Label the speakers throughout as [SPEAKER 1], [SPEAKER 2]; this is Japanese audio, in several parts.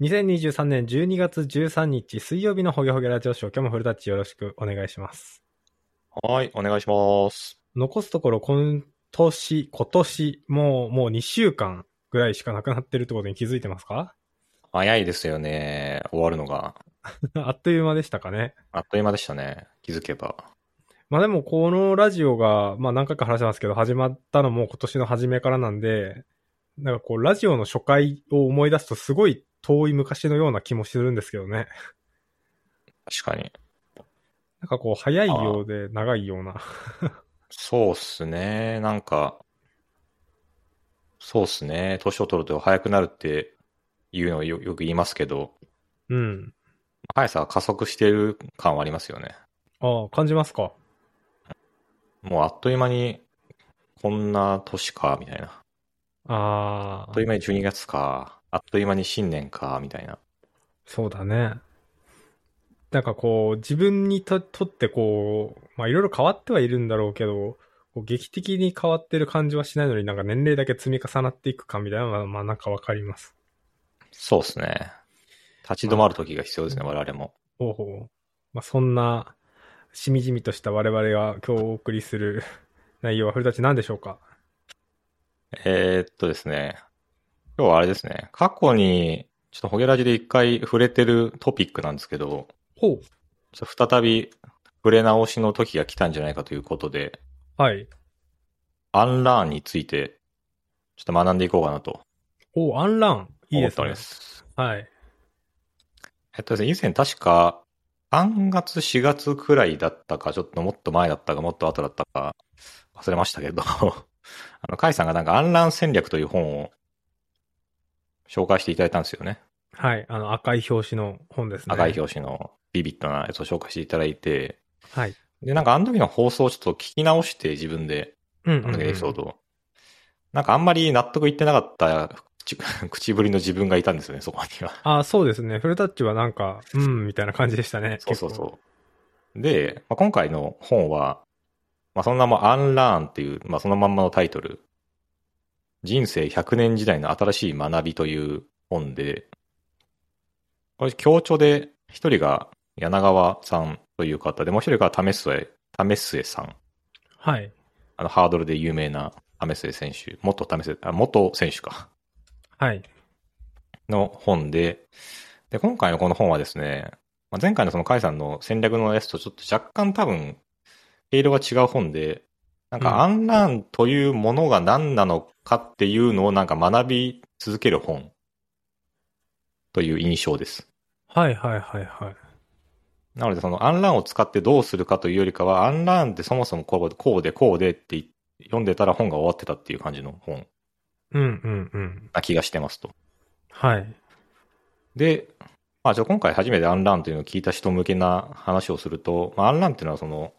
[SPEAKER 1] 2023年12月13日水曜日のほげほげラジオショー、今日もフルタッチよろしくお願いします。
[SPEAKER 2] はい、お願いします。
[SPEAKER 1] 残すところ今年、今年、もう、もう2週間ぐらいしかなくなってるってことに気づいてますか
[SPEAKER 2] 早いですよね。終わるのが。
[SPEAKER 1] あっという間でしたかね。
[SPEAKER 2] あっという間でしたね。気づけば。
[SPEAKER 1] まあでもこのラジオが、まあ何回か話してますけど、始まったのも今年の初めからなんで、なんかこう、ラジオの初回を思い出すとすごい遠い昔のような気もするんですけどね。
[SPEAKER 2] 確かに。
[SPEAKER 1] なんかこう、早いようで長いような。
[SPEAKER 2] そうっすね。なんか、そうっすね。年を取ると早くなるっていうのをよよく言いますけど、
[SPEAKER 1] うん。
[SPEAKER 2] 速さが加速してる感はありますよね。
[SPEAKER 1] ああ、感じますか。
[SPEAKER 2] もうあっという間に、こんな年か、みたいな。
[SPEAKER 1] あ
[SPEAKER 2] あっ
[SPEAKER 1] あ
[SPEAKER 2] とい、う間に12月か。あっという間に新年か、みたいな。
[SPEAKER 1] そうだね。なんかこう、自分にととってこう、まあいろいろ変わってはいるんだろうけど、こう劇的に変わってる感じはしないのになんか年齢だけ積み重なっていく感みたいなのは、まあなんかわかります。
[SPEAKER 2] そうっすね。立ち止まる時が必要ですね、我々も。
[SPEAKER 1] ほうほう。まあそんな、しみじみとした我々が今日お送りする 内容は古たち何でしょうか
[SPEAKER 2] えーっとですね。今日はあれですね。過去に、ちょっとホゲラジで一回触れてるトピックなんですけど、
[SPEAKER 1] ほう。
[SPEAKER 2] ちょっと再び触れ直しの時が来たんじゃないかということで、
[SPEAKER 1] はい。
[SPEAKER 2] アンラーンについて、ちょっと学んでいこうかなと
[SPEAKER 1] おうアンラン。いい
[SPEAKER 2] 思
[SPEAKER 1] で
[SPEAKER 2] っ
[SPEAKER 1] す
[SPEAKER 2] ており
[SPEAKER 1] ね
[SPEAKER 2] ま。す。
[SPEAKER 1] はい。
[SPEAKER 2] えっとですね、以前確か、3月、4月くらいだったか、ちょっともっと前だったか、もっと後だったか、忘れましたけど、 あの、カイさんがなんか、アンラーン戦略という本を紹介していただいたんですよね。
[SPEAKER 1] はい。あの、赤い表紙の本ですね。
[SPEAKER 2] 赤い表紙のビビットなやつを紹介していただいて、
[SPEAKER 1] 紙。はい。
[SPEAKER 2] で、なんかあの時の放送をちょっと聞き直して自分で、
[SPEAKER 1] うん、
[SPEAKER 2] あの時のエピソードを。なんかあんまり納得いってなかった口 口ぶりの自分がいたんですよね、そこには。
[SPEAKER 1] ああ、そうですね。フルタッチはなんか、うん、みたいな感じでしたね。
[SPEAKER 2] そうそう
[SPEAKER 1] 結構。
[SPEAKER 2] そう。で、まあ、今回の本は、まあ、その名もアンラーンっていう、まあ、そのまんまのタイトル。人生100年時代の新しい学びという本で、これ、協調で、一人が柳川さんという方で、もう一人が為末、為末さん。
[SPEAKER 1] はい。
[SPEAKER 2] あの、ハードルで有名な為末選手、元為末、あ、元選手か。
[SPEAKER 1] はい。
[SPEAKER 2] の本で、で、今回のこの本はですね、まあ、前回のその甲斐さんの戦略のやつとちょっと若干多分、毛色が違う本で、なん
[SPEAKER 1] うん
[SPEAKER 2] かアンラーンというものが何なのかっていうのをなんか学び続ける本という印象です。
[SPEAKER 1] はいはいはいはい。
[SPEAKER 2] なのでそのアンラーンを使ってどうするかというよりかは、アンラーンってそもそもこうこうでこうでって読んでたら本が終わってたっていう感じの本
[SPEAKER 1] うんうんうん。
[SPEAKER 2] な気がしてますと。
[SPEAKER 1] はい。
[SPEAKER 2] で、まあ、じゃあ今回初めてアンラーンというのを聞いた人向けな話をすると、まあ、アンラーンっていうのはその、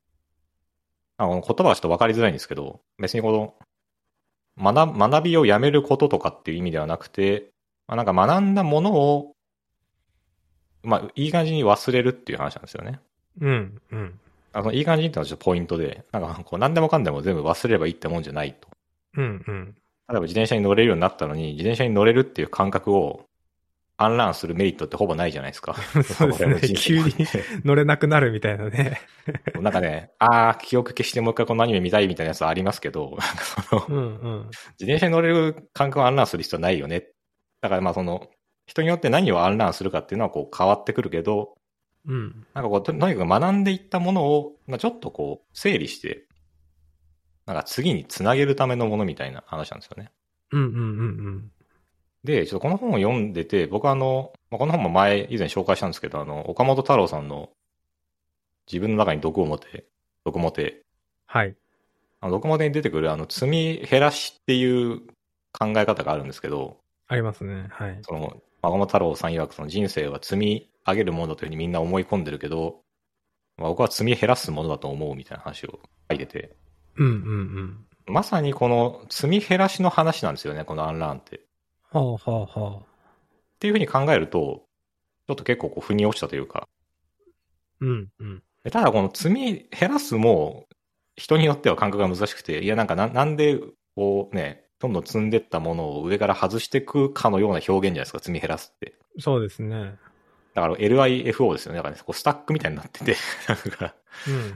[SPEAKER 2] あこの言葉はちょっと分かりづらいんですけど、別にこの、学学びをやめることとかっていう意味ではなくて、まあ、なんか学んだものを、まあ、いい感じに忘れるっていう話なんですよね。
[SPEAKER 1] うんうん。
[SPEAKER 2] あそのいい感じっていうのはちょっとポイントで、なんかこう何でもかんでも全部忘れればいいってもんじゃないと。
[SPEAKER 1] うんうん。
[SPEAKER 2] 例えば自転車に乗れるようになったのに、自転車に乗れるっていう感覚を、アンラーンするメリットってほぼないじゃないですか。
[SPEAKER 1] そうです
[SPEAKER 2] 俺の
[SPEAKER 1] ね。
[SPEAKER 2] 人生
[SPEAKER 1] 急に乗れなくなるみたいなね。
[SPEAKER 2] なんかね、ああ、記憶消してもう一回このアニメ見たいみたいなやつはありますけど、 なんかその、
[SPEAKER 1] うんうん。
[SPEAKER 2] 自転車に乗れる感覚をアンラーンする必要ないよね。だからまあその、人によって何をアンラーンするかっていうのはこう変わってくるけど、
[SPEAKER 1] うん。
[SPEAKER 2] なんかこう、ととにかく学んでいったものを、まあ、ちょっとこう、整理して、なんか次につなげるためのものみたいな話なんですよね。
[SPEAKER 1] うんうんうん
[SPEAKER 2] で、ちょっとこの本を読んでて、僕はあの、まあ、この本も前、以前紹介したんですけど、あの、岡本太郎さんの、自分の中に毒を持て、毒持て
[SPEAKER 1] はい。
[SPEAKER 2] あの、どこまでに出てくる、あの、積み減らしっていう考え方があるんですけど、
[SPEAKER 1] ありますね。はい。
[SPEAKER 2] その、まご太郎さん曰くその人生は積み上げるものだというふうにみんな思い込んでるけど、まあ、僕は積み減らすものだと思うみたいな話を書いてて、
[SPEAKER 1] うんうんうん。
[SPEAKER 2] まさにこの積み減らしの話なんですよね、このアンラーンって。っ
[SPEAKER 1] はあはあはあ。
[SPEAKER 2] ていうふうに考えると、ちょっと結構こう、腑に落ちたというか、
[SPEAKER 1] うんうん。
[SPEAKER 2] でただこの積み減らすも、人によっては感覚が難しくて、いやなんかななんで、こうね、どんどん積んでったものを上から外していくかのような表現じゃないですか、積み減らすって。
[SPEAKER 1] そうですね。
[SPEAKER 2] だから LIFO ですよね。だからね、こうスタックみたいになって て、なんか、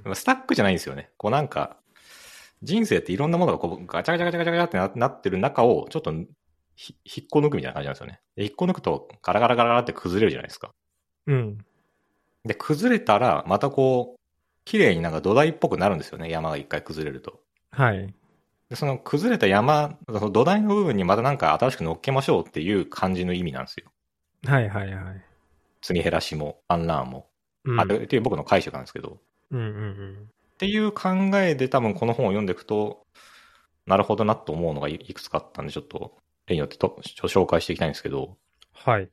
[SPEAKER 1] うん。
[SPEAKER 2] スタックじゃないんですよね。こうなんか、人生っていろんなものがこうガチャガチャガチャガチャガチャってななってる中を、ちょっとひ引っこ抜くみたいな感じなんですよね。で引っこ抜くとガラガラガラガラって崩れるじゃないですか。
[SPEAKER 1] うん。
[SPEAKER 2] で、崩れたら、またこう、綺麗になんか土台っぽくなるんですよね。山が一回崩れると。
[SPEAKER 1] はい。で
[SPEAKER 2] で、その崩れた山、その土台の部分にまたなんか新しく乗っけましょうっていう感じの意味なんですよ。
[SPEAKER 1] はいはいはい。
[SPEAKER 2] 積み減らしも、アンラーンも。
[SPEAKER 1] うん、
[SPEAKER 2] あれっていう僕の解釈なんですけど。
[SPEAKER 1] うんうん
[SPEAKER 2] っていう考えで多分この本を読んでいくと、なるほどなと思うのがいいくつかあったんで、ちょっと例によってとちょ紹介していきたいんですけど、
[SPEAKER 1] うん。はい。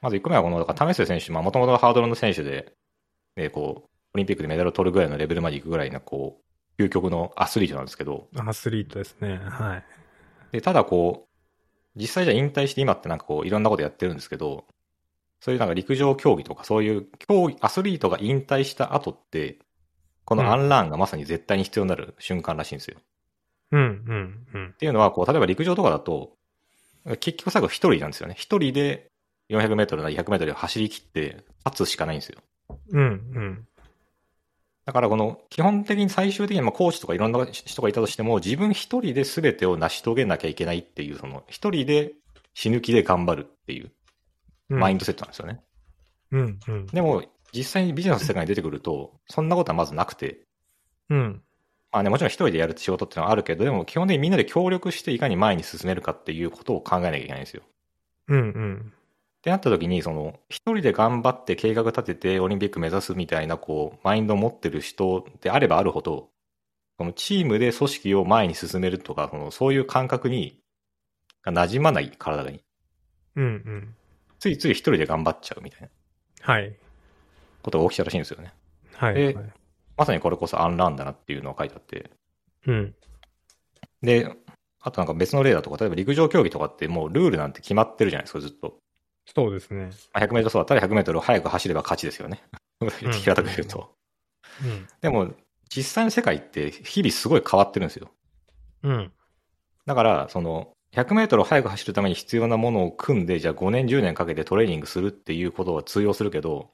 [SPEAKER 2] まず1個目はこの、だから為末選手、まあもともとハードルの選手で、で、こう、オリンピックでメダルを取るぐらいのレベルまで行くぐらいな、こう、究極のアスリートなんですけど、
[SPEAKER 1] アスリートですね。はい。
[SPEAKER 2] で、ただこう、実際じゃあ引退して今ってなんかこう、いろんなことやってるんですけど、そういうなんか陸上競技とかそういう競技、アスリートが引退した後って、このアンラーンがまさに絶対に必要になる瞬間らしいんですよ。
[SPEAKER 1] うんうんうん
[SPEAKER 2] っ。ていうのは、こう、例えば陸上とかだと、結局最後一人なんですよね。一人で400メートルなり100メートルを走り切って、勝つしかないんですよ。
[SPEAKER 1] うん
[SPEAKER 2] だからこの、基本的に最終的にはまあコーチとかいろんな人がいたとしても、自分一人で全てを成し遂げなきゃいけないっていう、その、一人で死ぬ気で頑張るっていう
[SPEAKER 1] うん。
[SPEAKER 2] マインドセットなんですよね。
[SPEAKER 1] うんうん。
[SPEAKER 2] でも、実際にビジネスの世界に出てくると、そんなことはまずなくて、
[SPEAKER 1] うん。
[SPEAKER 2] まあね、もちろん一人でやる仕事っていうのはあるけど、でも基本的にみんなで協力していかに前に進めるかっていうことを考えなきゃいけないんですよ。
[SPEAKER 1] うんうん。
[SPEAKER 2] ってなった時に、その、一人で頑張って計画立ててオリンピック目指すみたいな、こう、マインドを持ってる人であればあるほど、そのチームで組織を前に進めるとか、その、そういう感覚に、が馴染まない体に。
[SPEAKER 1] うんうん。
[SPEAKER 2] ついつい一人で頑張っちゃうみたいな
[SPEAKER 1] はい。
[SPEAKER 2] ことが起きたらしいんですよね。
[SPEAKER 1] はい。
[SPEAKER 2] で
[SPEAKER 1] はい
[SPEAKER 2] まさにこれこそアンラーンだなっていうのが書いてあって。
[SPEAKER 1] うん。
[SPEAKER 2] で、あとなんか別の例だとか、例えば陸上競技とかってもうルールなんて決まってるじゃないですか、ずっと。
[SPEAKER 1] そうですね。
[SPEAKER 2] まあ100メートル走だったら100メートルを早く走れば勝ちですよね。 平たく言うと。でも、実際の世界って日々すごい変わってるんですよ。
[SPEAKER 1] うん。うん。
[SPEAKER 2] だから、その、100メートルを速く走るために必要なものを組んで、じゃあ5年、10年かけてトレーニングするっていうことは通用するけど、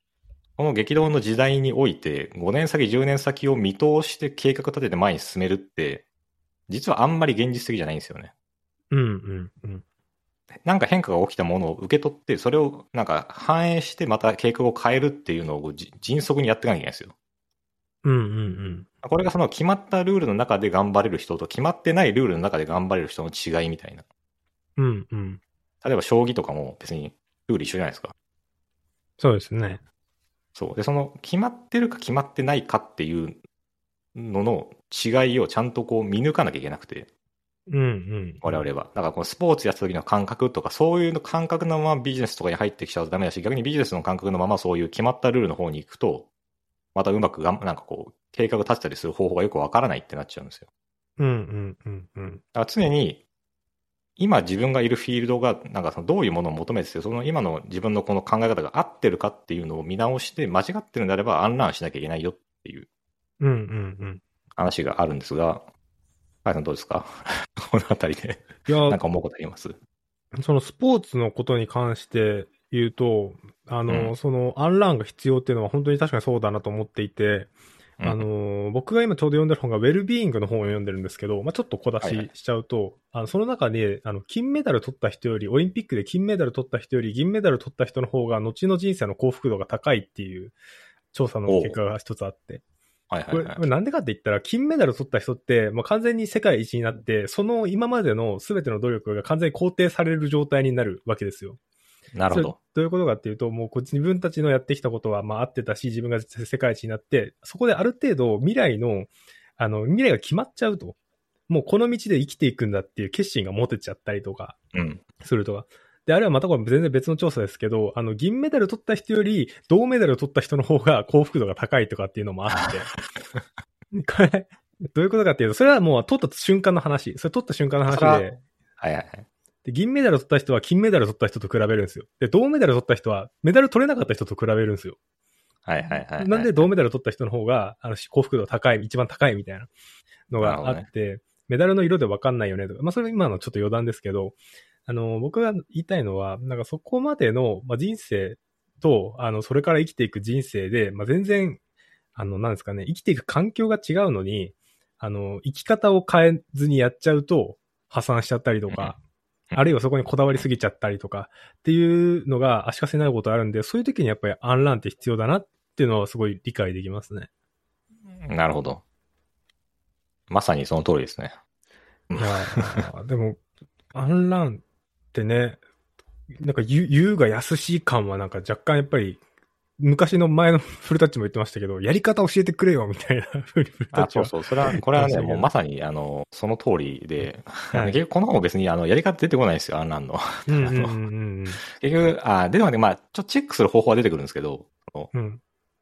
[SPEAKER 2] この激動の時代において、5年先、10年先を見通して計画立てて前に進めるって、実はあんまり現実的じゃないんですよね。
[SPEAKER 1] うんうんうん。
[SPEAKER 2] なんか変化が起きたものを受け取って、それをなんか反映してまた計画を変えるっていうのをじ迅速にやっていかなきゃいけないんですよ。
[SPEAKER 1] うんうん
[SPEAKER 2] これがその決まったルールの中で頑張れる人と決まってないルールの中で頑張れる人の違いみたいな。
[SPEAKER 1] うん。うんうん。
[SPEAKER 2] 例えば将棋とかも別にルール一緒じゃないですか。
[SPEAKER 1] そうですね。
[SPEAKER 2] そう。で、その決まってるか決まってないかっていうのの違いをちゃんとこう見抜かなきゃいけなくて、
[SPEAKER 1] うんうん。
[SPEAKER 2] 我々は。だからこのスポーツやった時の感覚とか、そういうの感覚のままビジネスとかに入ってきちゃうとダメだし、逆にビジネスの感覚のままそういう決まったルールの方に行くと、またうまくがん、なんかこう、計画立てたりする方法がよくわからないってなっちゃうんですよ。
[SPEAKER 1] うんうんうんうん。
[SPEAKER 2] だから常に、今自分がいるフィールドが、なんかそのどういうものを求めてて、その今の自分のこの考え方が合ってるかっていうのを見直して、間違ってるんであればアンラーンしなきゃいけないよっていう
[SPEAKER 1] うんうんうん。
[SPEAKER 2] 話があるんですが、カイさんどうですか このあたりで、
[SPEAKER 1] いや
[SPEAKER 2] なん、か思うことあります
[SPEAKER 1] そのスポーツのことに関して言うと、あの、
[SPEAKER 2] うん
[SPEAKER 1] そのアンラーンが必要っていうのは本当に確かにそうだなと思っていて、
[SPEAKER 2] うん
[SPEAKER 1] あの、僕が今ちょうど読んでる本がウェルビーイングの本を読んでるんですけど、まあ、ちょっと小出
[SPEAKER 2] はいは
[SPEAKER 1] し
[SPEAKER 2] い
[SPEAKER 1] しちゃうと、あのその中で、あの、金メダル取った人より、オリンピックで金メダル取った人より銀メダル取った人の方が、後の人生の幸福度が高いっていう調査の結果が一つあって、
[SPEAKER 2] はいは
[SPEAKER 1] こ
[SPEAKER 2] い
[SPEAKER 1] れ
[SPEAKER 2] はい
[SPEAKER 1] こ。れなんでかって言ったら、金メダル取った人って、もう完全に世界一になって、その今までの全ての努力が完全に肯定される状態になるわけですよ。
[SPEAKER 2] なるほど
[SPEAKER 1] そ。れどういうことかっていうと、もうこう自分たちのやってきたことはまあ合ってたし、自分が世界一になって、そこである程度未来の、あの、未来が決まっちゃうと。もうこの道で生きていくんだっていう決心が持てちゃったりとか、
[SPEAKER 2] うん。
[SPEAKER 1] するとか。で、あれはまたこれ全然別の調査ですけど、あの、銀メダル取った人より、銅メダル取った人の方が幸福度が高いとかっていうのもあって。これ、どういうことかっていうと、それはもう取った瞬間の話。それ取った瞬間の話
[SPEAKER 2] それは
[SPEAKER 1] で、
[SPEAKER 2] はいはいはい。
[SPEAKER 1] で銀メダル取った人は金メダル取った人と比べるんですよ。で、銅メダル取った人は、メダル取れなかった人と比べるんですよ。
[SPEAKER 2] はいはいはいはい。
[SPEAKER 1] なんで銅メダル取った人の方が、あの、幸福度高い、一番高いみたいなのがあ
[SPEAKER 2] なる
[SPEAKER 1] って、メダルの色でわかんないよねとか、まあそれ今のちょっと余談ですけど、あの、僕が言いたいのは、なんかそこまでの、まあ、人生と、あの、それから生きていく人生で、まあ、全然、あの、なんですかね、生きていく環境が違うのに、あの、生き方を変えずにやっちゃうと、破産しちゃったりとか、
[SPEAKER 2] うん
[SPEAKER 1] あるいはそこにこだわりすぎちゃったりとか、っていうのが足かせになることあるんで、そういう時にやっぱりアンランって必要だなっていうのはすごい理解できますね。
[SPEAKER 2] なるほど。まさにその通りですね。
[SPEAKER 1] いやー でも、アンランってね、なんか言う言うが安しい感はなんか若干やっぱり、昔の前のフルタッチも言ってましたけど、やり方教えてくれよみたいな風にフルタッ
[SPEAKER 2] あ、
[SPEAKER 1] チ
[SPEAKER 2] そう
[SPEAKER 1] は。
[SPEAKER 2] そう。そ れは、これはね、
[SPEAKER 1] 確かに
[SPEAKER 2] もうまさに、あの、その通りで、
[SPEAKER 1] はい
[SPEAKER 2] 結局この本も別に、あの、やり方出てこないんですよ、あんなんの。
[SPEAKER 1] うんうんうん
[SPEAKER 2] 結局、あ、出てこない。まあ、ちょっとチェックする方法は出てくるんですけど、
[SPEAKER 1] うんうん。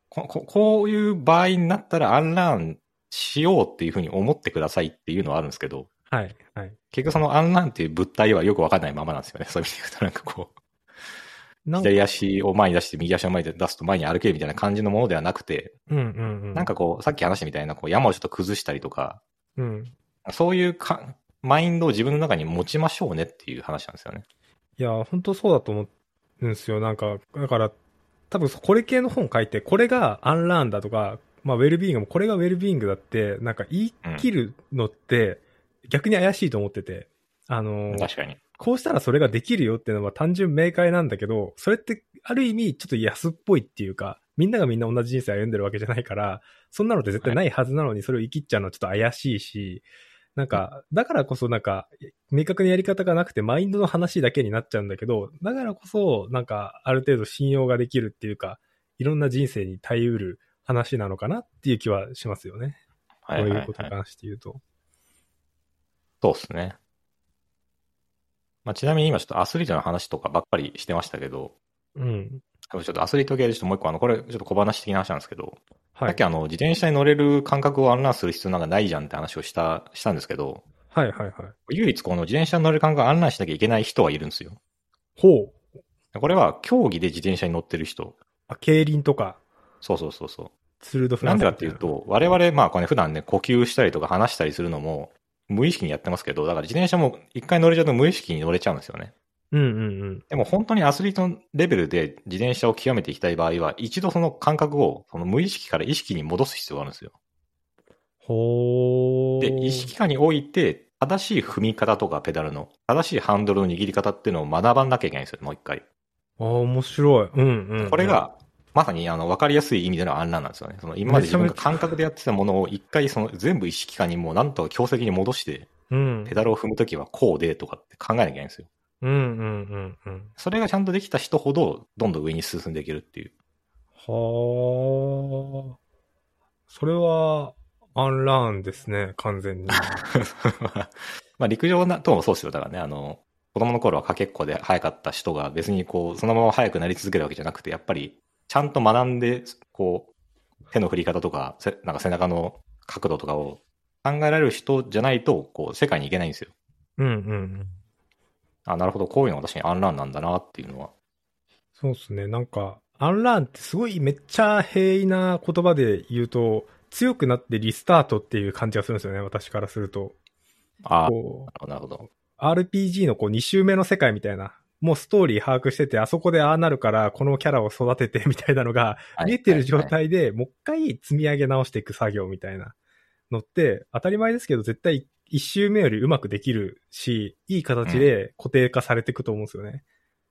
[SPEAKER 2] こここういう場合になったら、アンランしようっていうふうに思ってくださいっていうのはあるんですけど、
[SPEAKER 1] はい、はい。
[SPEAKER 2] 結局そのアンランっていう物体はよくわかんないままなんですよね。そういう意味で言うと、なんかこう、
[SPEAKER 1] なんか、
[SPEAKER 2] 左足を前に出して、右足を前に出すと前に歩けるみたいな感じのものではなくて、
[SPEAKER 1] うんうんうん。
[SPEAKER 2] なん、かこう、さっき話したみたいな、こう、山をちょっと崩したりとか、
[SPEAKER 1] うん。
[SPEAKER 2] そういうか、マインドを自分の中に持ちましょうねっていう話なんですよね。
[SPEAKER 1] いや、本当そうだと思うんですよ。なんか、だから、多分これ系の本書いて、これがアンラーンだとか、まあ、ウェルビーイングも、これがウェルビーイングだって、なんか言い切るのって、逆に怪しいと思ってて、あのー、
[SPEAKER 2] 確かに。
[SPEAKER 1] こうしたらそれができるよっていうのは単純明快なんだけど、それってある意味ちょっと安っぽいっていうか、みんながみんな同じ人生歩んでるわけじゃないから、そんなのって絶対ないはずなのにそれを生きっちゃうのはちょっと怪しいし、なんか、だからこそなんか、明確なやり方がなくてマインドの話だけになっちゃうんだけど、だからこそなんかある程度信用ができるっていうか、いろんな人生に耐えうる話なのかなっていう気はしますよね。こ
[SPEAKER 2] は
[SPEAKER 1] う
[SPEAKER 2] いはいい、は
[SPEAKER 1] う
[SPEAKER 2] い
[SPEAKER 1] こと。に関して言うと。
[SPEAKER 2] そうですね。まあ、ちなみに今ちょっとアスリートの話とかばっかりしてましたけど、
[SPEAKER 1] うん。
[SPEAKER 2] ちょっとアスリート系でちょっともう一個あの、これちょっと小話的な話なんですけど、
[SPEAKER 1] は
[SPEAKER 2] さっ
[SPEAKER 1] い
[SPEAKER 2] き。あの、自転車に乗れる感覚をアンランする必要なんかないじゃんって話をした、したんですけど、
[SPEAKER 1] はいはいはい。
[SPEAKER 2] 唯一この自転車に乗れる感覚をアンランしなきゃいけない人はいるんですよ。
[SPEAKER 1] ほう。
[SPEAKER 2] これは競技で自転車に乗ってる人。
[SPEAKER 1] あ、競輪とか。
[SPEAKER 2] そうそうそうそう。
[SPEAKER 1] ツールドフラ
[SPEAKER 2] なん
[SPEAKER 1] ンス
[SPEAKER 2] でかっていうと、我々、まあこれ、ね、普段ね、呼吸したりとか話したりするのも、無意識にやってますけど、だから自転車も一回乗れちゃうと無意識に乗れちゃうんですよね。
[SPEAKER 1] うんうんうん。
[SPEAKER 2] でも本当にアスリートレベルで自転車を極めていきたい場合は、一度その感覚をその無意識から意識に戻す必要があるんですよ。
[SPEAKER 1] ほー。
[SPEAKER 2] で、意識下において、正しい踏み方とかペダルの、正しいハンドルの握り方っていうのを学ばなきゃいけないんですよね、もう一回。
[SPEAKER 1] あー、面白い。うんうん、うん。
[SPEAKER 2] これ、が、まさにあの分かりやすい意味での案内なんですよね。その今まで自分が感覚でやってたものを一回その全部意識下にもうなんとか強制的に戻して、
[SPEAKER 1] うん。
[SPEAKER 2] ペダルを踏むときはこうでとかって考えなきゃいけないんですよ。
[SPEAKER 1] うんうんうんうん。
[SPEAKER 2] それがちゃんとできた人ほど、どんどん上に進んでいけるっていう。
[SPEAKER 1] はー。それは、アンラーンですね、完全 に。
[SPEAKER 2] まあ陸上なともそうですよ。だからね、あの、子供の頃はかけっこで速かった人が別にこう、そのまま速くなり続けるわけじゃなくて、やっぱり、ちゃんと学んで、こう、手の振り方とか、せなんか背中の角度とかを考えられる人じゃないと、こう、世界に行けないんですよ。
[SPEAKER 1] うんうんうん。
[SPEAKER 2] あ、なるほど、こういうのが確かにアンランなんだなっていうのは。
[SPEAKER 1] そうですね、なんか、アンラーンってすごいめっちゃ平易な言葉で言うと、強くなってリスタートっていう感じがするんですよね、私からすると。
[SPEAKER 2] あ
[SPEAKER 1] こう
[SPEAKER 2] あ、なるほど。
[SPEAKER 1] RPG のこう2周目の世界みたいな、もうストーリー把握してて、あそこでああなるから、このキャラを育て てみたいなのが、見えてる状
[SPEAKER 2] はいはいはい
[SPEAKER 1] 態でもう一回積み上げ直していく作業みたいなのって、当たり前ですけど、絶対一周目よりうまくできるし、いい形で固定化されていくと思うんですよね。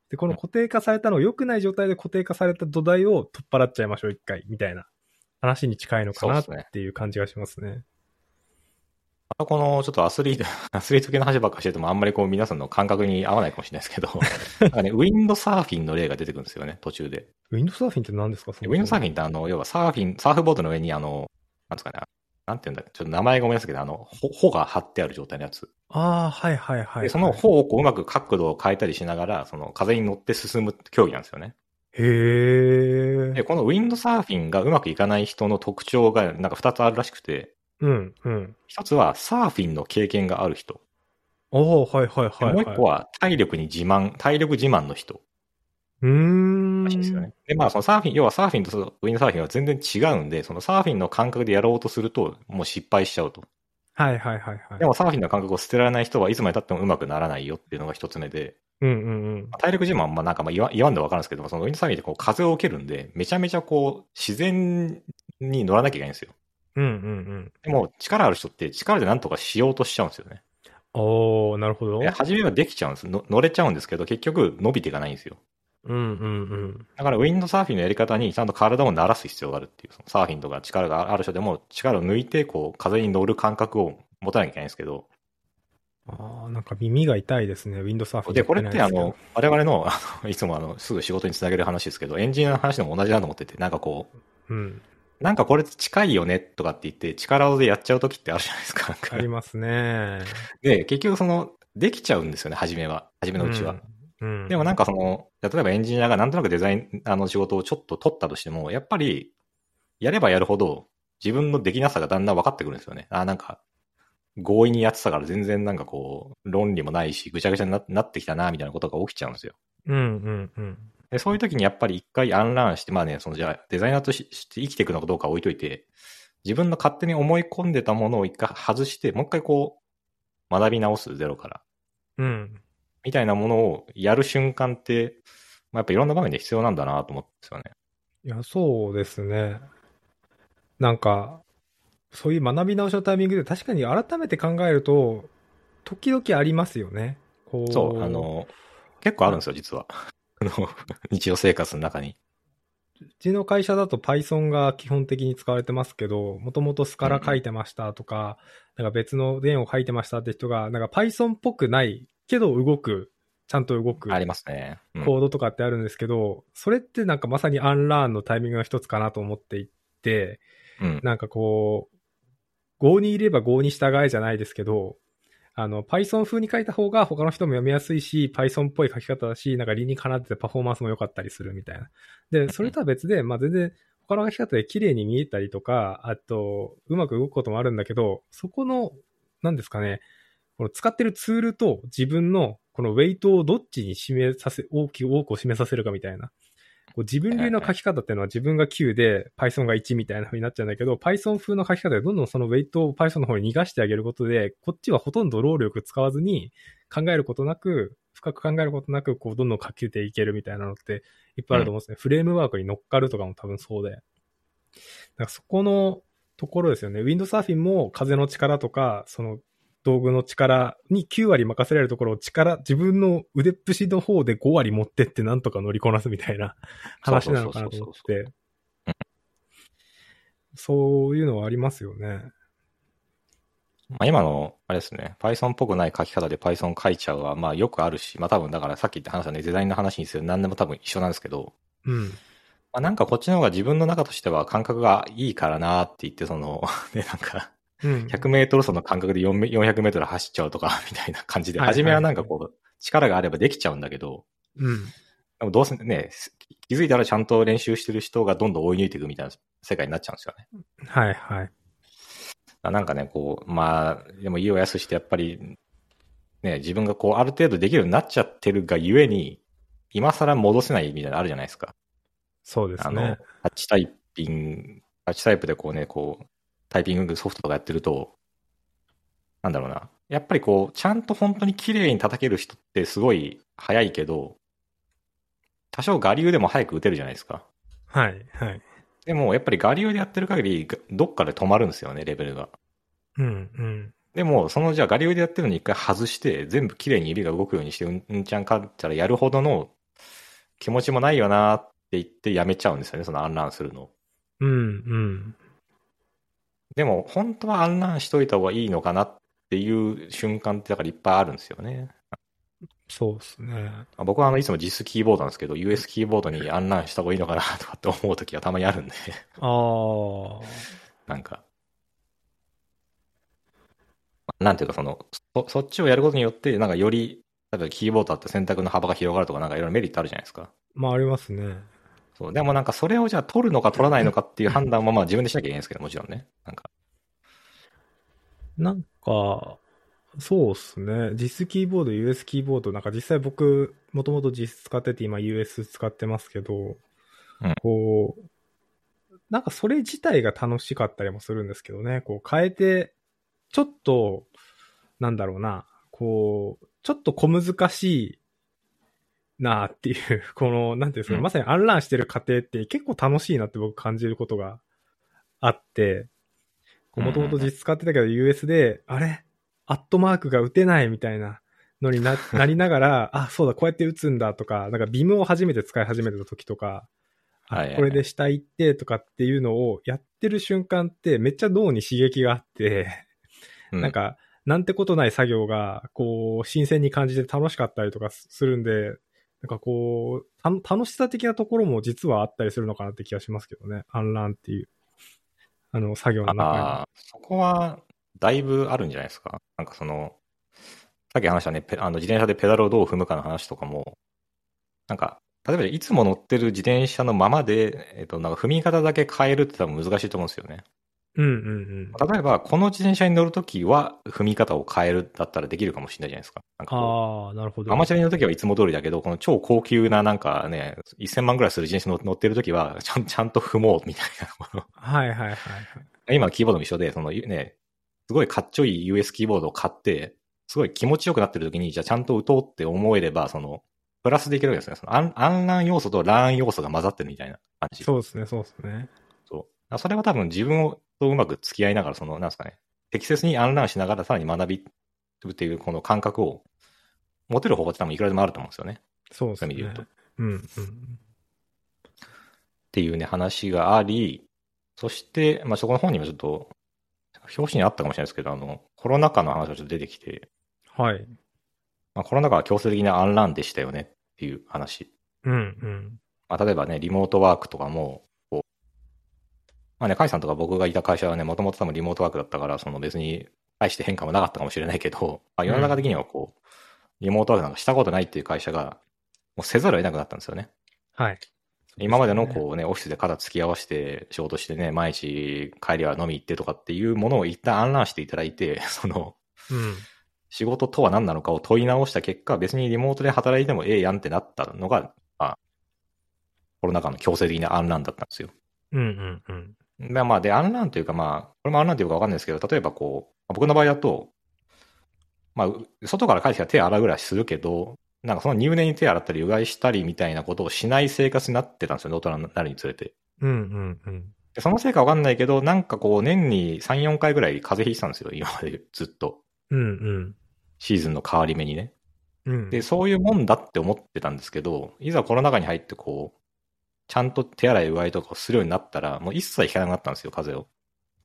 [SPEAKER 1] で、この固定化されたのを良くない状態で固定化された土台を取っ払っちゃいましょう、一回、みたいな話に近いのかなっ
[SPEAKER 2] そうっすね
[SPEAKER 1] ていう感じがしますね。
[SPEAKER 2] あこのちょっとアスリート、 アスリート系の話ばっかりしてても、あんまりこう皆さんの感覚に合わないかもしれないですけど、 なんかね、ウィンドサーフィンの例が出てくるんですよね、途中で。
[SPEAKER 1] ウィンドサーフィンって何ですか
[SPEAKER 2] ウィンドサーフ
[SPEAKER 1] ィン
[SPEAKER 2] ィンってあの、要はサーフィン、サーフボードの上にあの、なんつうかな、なんていうんだちょっと名前がごめんなさいけど、あの、ほ帆が張ってある状態のやつ。
[SPEAKER 1] ああ、はいはいはい。
[SPEAKER 2] で、その帆をこううまく角度を変えたりしながら、その風に乗って進む競技なんですよね。
[SPEAKER 1] へえ。
[SPEAKER 2] で、このウィンドサーフィンがうまくいかない人の特徴がなんか2つあるらしくて、
[SPEAKER 1] うん、うん。
[SPEAKER 2] 1つはサーフィンの経験がある人。
[SPEAKER 1] おおはいはい
[SPEAKER 2] で
[SPEAKER 1] はい、はい。
[SPEAKER 2] もう1個は体力に自慢、体力自慢の人。
[SPEAKER 1] うーん。
[SPEAKER 2] らしいですよね。で、まあ、そのサーフィン、要はサーフィンとそのウィンドサーフィンは全然違うんで、そのサーフィンの感覚でやろうとすると、もう失敗しちゃうと。
[SPEAKER 1] はいはいはいはい。
[SPEAKER 2] でもサーフィンの感覚を捨てられない人はいつまで経っても上手くならないよっていうのが一つ目で、
[SPEAKER 1] うんうんうん。
[SPEAKER 2] 体力自慢はまあなんかまあ言わ言わんでわかるんですけど、そのウィンドサーミーってこう風を受けるんで、めちゃめちゃこう自然に乗らなきゃいけないんですよ。
[SPEAKER 1] うんうん
[SPEAKER 2] でも力ある人って力でなんとかしようとしちゃうんですよね。
[SPEAKER 1] うん。おー、なるほど。
[SPEAKER 2] で初めはできちゃうんですの。乗れちゃうんですけど、結局伸びていかないんですよ。
[SPEAKER 1] うんうん
[SPEAKER 2] だからウィンドサーフィンのやり方にちゃんと体を慣らす必要があるっていう、そのサーフィンとか力がある人でも力を抜いてこう風に乗る感覚を持たなきゃいけないんですけど、
[SPEAKER 1] うん。あー、なんか耳が痛いですね。ウィンドサーフィン
[SPEAKER 2] で、これって
[SPEAKER 1] や
[SPEAKER 2] あ
[SPEAKER 1] てない
[SPEAKER 2] の、我々の、あのいつもあの、すぐ仕事につなげる話ですけど、エンジニアの話でも同じだと思ってて、なんかこう、
[SPEAKER 1] ですけどうん。
[SPEAKER 2] なんかこれ近いよねとかって言って、力でやっちゃうときってあるじゃないですか。なんか
[SPEAKER 1] ありますね。
[SPEAKER 2] で、結局その、できちゃうんですよね、初めは。初 めのうちは。
[SPEAKER 1] うん。うん。
[SPEAKER 2] でもなんかその、例えばエンジニアがなんとなくデザイン、あの仕事をちょっと取ったとしても、やっぱり、やればやるほど、自分のできなさがだんだん分かってくるんですよね。あ、なんか、強引にやってたから全然なんかこう、論理もないし、ぐちゃぐちゃにななってきたな、みたいなことが起きちゃうんですよ。
[SPEAKER 1] うんうんうん。
[SPEAKER 2] で、そういう時にやっぱり一回アンラーンして、まあね、そのじゃあデザイナーとしして生きていくのかどうかは置いといて、自分の勝手に思い込んでたものを一回外して、もう一回こう、学び直す、ゼロから。
[SPEAKER 1] うん。
[SPEAKER 2] みたいなものをやる瞬間って、まあ、やっぱいろんな場面で必要なんだなと思ってですよね。
[SPEAKER 1] いや、そうですね。なんか、そういう学び直しのタイミングで確かに改めて考えると、時々ありますよね。こう。
[SPEAKER 2] そう、あ、の、結構あるんですよ、実は。 あの、日常生活の中に。
[SPEAKER 1] うちの会社だと Python が基本的に使われてますけど、もともとスカラ書いてましたとか、なんか別の言を書いてましたって人が、なんか Python っぽくないけど動く、ちゃんと動く
[SPEAKER 2] ありますね。うん
[SPEAKER 1] コードとかってあるんですけど、それってなんかまさにアンラーンのタイミングの一つかなと思っていて、
[SPEAKER 2] うん。
[SPEAKER 1] なんかこう、5にいれば5に従えじゃないですけど、あの、Python 風に書いた方が他の人も読みやすいし、Python っぽい書き方だし、なんか理にかなっててパフォーマンスも良かったりするみたいな。で、それとは別で、まあ全然他の書き方で綺麗に見えたりとか、あと、うまく動くこともあるんだけど、そこの、なんですかね、この使ってるツールと自分のこのウェイトをどっちに締めさせ、大きく多くを締めさせるかみたいな。こう自分流の書き方っていうのは自分が9で Python が1みたいな風になっちゃうんだけど、Python 風の書き方でどんどんそのウェイトを Python の方に逃がしてあげることで、こっちはほとんど労力使わずに考えることなく、深く考えることなく、こうどんどん書けていけるみたいなのっていっぱいあると思うんですね。フレームワークに乗っかるとかも多分そうで。だからそこのところですよね。ウィンドサーフィンも風の力とか、その道具の力に9割任せられるところを力、自分の腕っぷしの方で5割持ってってなんとか乗りこなすみたいな話なのかなと思っ
[SPEAKER 2] そうそうそう
[SPEAKER 1] て。そういうのはありますよね。
[SPEAKER 2] まあ、今の、あれですね、Python っぽくない書き方で Python 書いちゃうは、まあよくあるし、まあ多分だからさっき言った話はね、デザインの話にする何でも多分一緒なんですけど、
[SPEAKER 1] うん。
[SPEAKER 2] まあなんかこっちの方が自分の中としては感覚がいいからなって言って、その、 ね、なんか、
[SPEAKER 1] うん。
[SPEAKER 2] 100メートル走の感覚で4め400メートル走っちゃうとか、み たいな感じで、
[SPEAKER 1] はいはい
[SPEAKER 2] 初めはなんかこう、力があればできちゃうんだけど、
[SPEAKER 1] うん。
[SPEAKER 2] でもどうせね、気づいたらちゃんと練習してる人がどんどん追い抜いていくみたいな世界になっちゃうんですよね。
[SPEAKER 1] はいはい。
[SPEAKER 2] あなんかね、こう、まあ、でも家を安くしてやっぱり、ね、自分がこう、ある程度できるようになっちゃってるがゆえに、今更戻せないみたいなのあるじゃないですか。
[SPEAKER 1] そうです
[SPEAKER 2] あの
[SPEAKER 1] ね。、
[SPEAKER 2] タッチタイピング、タッチタイプでこうね、こう、タイピングソフトとかやってると、なんだろうな。やっぱりこう、ちゃんと本当に綺麗に叩ける人ってすごい早いけど、多少我流でも早く打てるじゃないですか。
[SPEAKER 1] はいはい。
[SPEAKER 2] でも、やっぱり我流でやってる限り、がどっかで止まるんですよね、レベルが。
[SPEAKER 1] うんうん。
[SPEAKER 2] でも、そのじゃあ我流でやってるのに一回外して、全部綺麗に指が動くようにして、うんうんちゃんかんちゃらやるほどの気持ちもないよなって言ってやめちゃうんですよね、そのアンランするの。
[SPEAKER 1] うんうん。
[SPEAKER 2] でも、本当はアンランしといた方がいいのかなっていう瞬間って、だからいっぱいあるんですよね。
[SPEAKER 1] そうですね。
[SPEAKER 2] まあ僕はあの、いつも JIS キーボードなんですけど、US キーボードにアンランした方がいいのかなとかって思う時はたまにあるんで、
[SPEAKER 1] ああ。
[SPEAKER 2] なんか。なんていうか、その、そ、そっちをやることによって、なんかより、例えばキーボードだって選択の幅が広がるとか、なんかいろいろメリットあるじゃないですか。
[SPEAKER 1] まあありますね。
[SPEAKER 2] そう。でもなんかそれをじゃあ取るのか取らないのかっていう判断もまあ自分でしなきゃいけないんですけど、もちろんね。なんか。
[SPEAKER 1] なんか、そうっすね。JIS キーボード、US キーボード、なんか実際僕、もともと JIS 使ってて、今 US 使ってますけど、
[SPEAKER 2] うん
[SPEAKER 1] こう、なんかそれ自体が楽しかったりもするんですけどね。こう変えて、ちょっと、なんだろうな、こう、ちょっと小難しいなあっていう、 この、なんていうんですか、
[SPEAKER 2] うん
[SPEAKER 1] まさにアンランしてる過程って結構楽しいなって僕感じることがあって、
[SPEAKER 2] うん
[SPEAKER 1] もともと実使ってたけど US で、あれアットマークが打てないみたいなのにな なりながら、あ、そうだ、こうやって打つんだとか、なんかビムを初めて使い始めた時とか、あ
[SPEAKER 2] はいはいはい
[SPEAKER 1] これで下行ってとかっていうのをやってる瞬間ってめっちゃ脳に刺激があって、
[SPEAKER 2] う
[SPEAKER 1] なん、か、なんてことない作業が、こう、新鮮に感じて楽しかったりとかすするんで、なんかこう、た楽しさ的なところも実はあったりするのかなって気がしますけどね。アンランっていう、あの、作業の中
[SPEAKER 2] ああ、そこは、だいぶあるんじゃないですか。なんかその、さっき話したね、ペあの自転車でペダルをどう踏むかの話とかも、なんか、例えばいつも乗ってる自転車のままで、えっと、なんか踏み方だけ変えるって多分難しいと思うんですよね。
[SPEAKER 1] に。うんうんうん。
[SPEAKER 2] 例えば、この自転車に乗るときは踏み方を変えるだったらできるかもしれないじゃないですか。なんかこう
[SPEAKER 1] ああ、なるほど。
[SPEAKER 2] アマチュアに乗るときはいつも通りだけど、この超高級ななんかね、1000万ぐらいする自転車乗ってるときは、ちゃん、ちゃんと踏もうみたいなこ
[SPEAKER 1] はいはいはいはい。
[SPEAKER 2] の。今のキーボードも一緒で、そのね、すごいかっちょいい US キーボードを買って、すごい気持ちよくなってるときに、じゃあちゃんと打とうって思えれば、その、プラスでいけるわけですね。その、アン、アンラン要素とラン要素が混ざってるみたいな感じ。
[SPEAKER 1] そうですね、そうですね。
[SPEAKER 2] そう。あそれは多分自分とうまく付き合いながら、その、なんですかね、適切にアンランしながらさらに学びるっていうこの感覚を持てる方法って多分いくらでもあると思うんですよね。
[SPEAKER 1] そうです
[SPEAKER 2] そういう意
[SPEAKER 1] ね
[SPEAKER 2] 味で言う。
[SPEAKER 1] うんうん。
[SPEAKER 2] っていうね、話があり、そして、まあ、そこの本にもちょっと、表紙にあったかもしれないですけど、あの、コロナ禍の話がちょっと出てきて、
[SPEAKER 1] はい。
[SPEAKER 2] まあ、コロナ禍は強制的なアンランでしたよねっていう話。
[SPEAKER 1] うんうん。
[SPEAKER 2] まあ、例えばね、リモートワークとかも、こう、まあね、カイさんとか僕がいた会社はね、もともと多分リモートワークだったから、その別に大して変化もなかったかもしれないけど、まあ、世の中的にはこう、リモートワークなんかしたことないっていう会社が、もうせざるを得なくなったんですよね。
[SPEAKER 1] はい。
[SPEAKER 2] 今までの
[SPEAKER 1] そうすね
[SPEAKER 2] こうね、オフィスで肩突き合わせて仕事してね、毎日帰りは飲み行ってとかっていうものを一旦アンランしていただいて、 その、
[SPEAKER 1] うん。
[SPEAKER 2] 仕事とは何なのかを問い直した結果、別にリモートで働いてもええやんってなったのが、まあ、コロナ禍の強制的なアンランだったんですよ。
[SPEAKER 1] うんうんうん。
[SPEAKER 2] で、まあ、で、アンランというか、まあ、これもアンランというかわかんないですけど、例えばこう、まあ僕の場合だと、まあ、う外から帰ってきたら手洗うぐらいするけど、なんかその入念に手洗ったり、うがいしたりみたいなことをしない生活になってたんですよね、大人になるにつれて。
[SPEAKER 1] うんうんうん。
[SPEAKER 2] でそのせいかわかんないけど、なんかこう、年に3、4回ぐらい風邪ひいてたんですよ、今までずっと。
[SPEAKER 1] うん
[SPEAKER 2] シーズンの変わり目にね。
[SPEAKER 1] うん。うん。
[SPEAKER 2] で、そういうもんだって思ってたんですけど、いざコロナ禍に入ってこう、ちゃんと手洗いうがいとかをするようになったら、もう一切ひかなくなったんですよ、風邪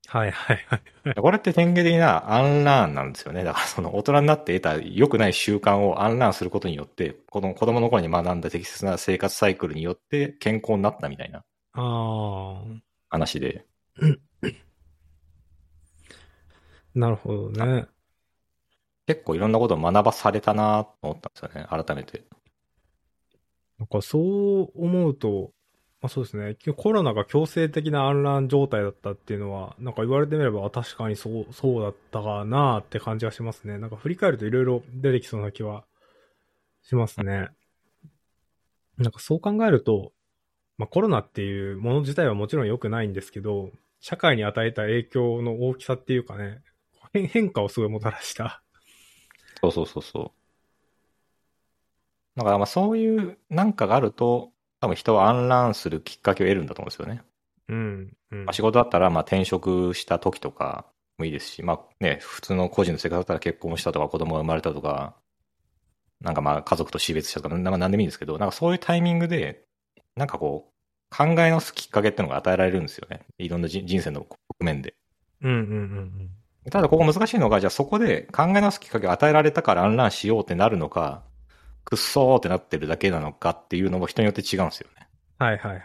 [SPEAKER 1] はいはいはい。
[SPEAKER 2] を。これって典型的なアンラーンなんですよね。だからその大人になって得た良くない習慣をアンラーンすることによって、この子供の頃に学んだ適切な生活サイクルによって健康になったみたいな
[SPEAKER 1] ああ。
[SPEAKER 2] 話で。
[SPEAKER 1] なるほどね。
[SPEAKER 2] 結構いろんなことを学ばされたなと思ったんですよね、改めて。
[SPEAKER 1] なんかそう思うと、まあ、そうですね。コロナが強制的な安乱状態だったっていうのは、なんか言われてみればあ確かにそう、そうだったかなって感じがしますね。なんか振り返るといろいろ出てきそうな気はしますね。なんかそう考えると、まあ、コロナっていうもの自体はもちろん良くないんですけど、社会に与えた影響の大きさっていうかね、変変化をすごいもたらした。
[SPEAKER 2] そうそうそうそう。だからまあそういうなんかがあると、多分人はアンランするきっかけを得るんだと思うんですよね。
[SPEAKER 1] うん。うん
[SPEAKER 2] まあ、仕事だったらまあ転職した時とかもいいですし、まあね、普通の個人の生活だったら結婚したとか子供が生まれたとか、なんかまあ家族と死別したとか、なんか何でもいいんですけど、なんかそういうタイミングで、なんかこう、考え直すきっかけっていうのが与えられるんですよね。いろんな人人生の局面で。
[SPEAKER 1] うんうんうん
[SPEAKER 2] ただここ難しいのが、じゃあそこで考え直すきっかけを与えられたからアンランしようってなるのか、くっそーってなってるだけなのかっていうのも人によって違うんですよね。
[SPEAKER 1] うん。はいはいはい。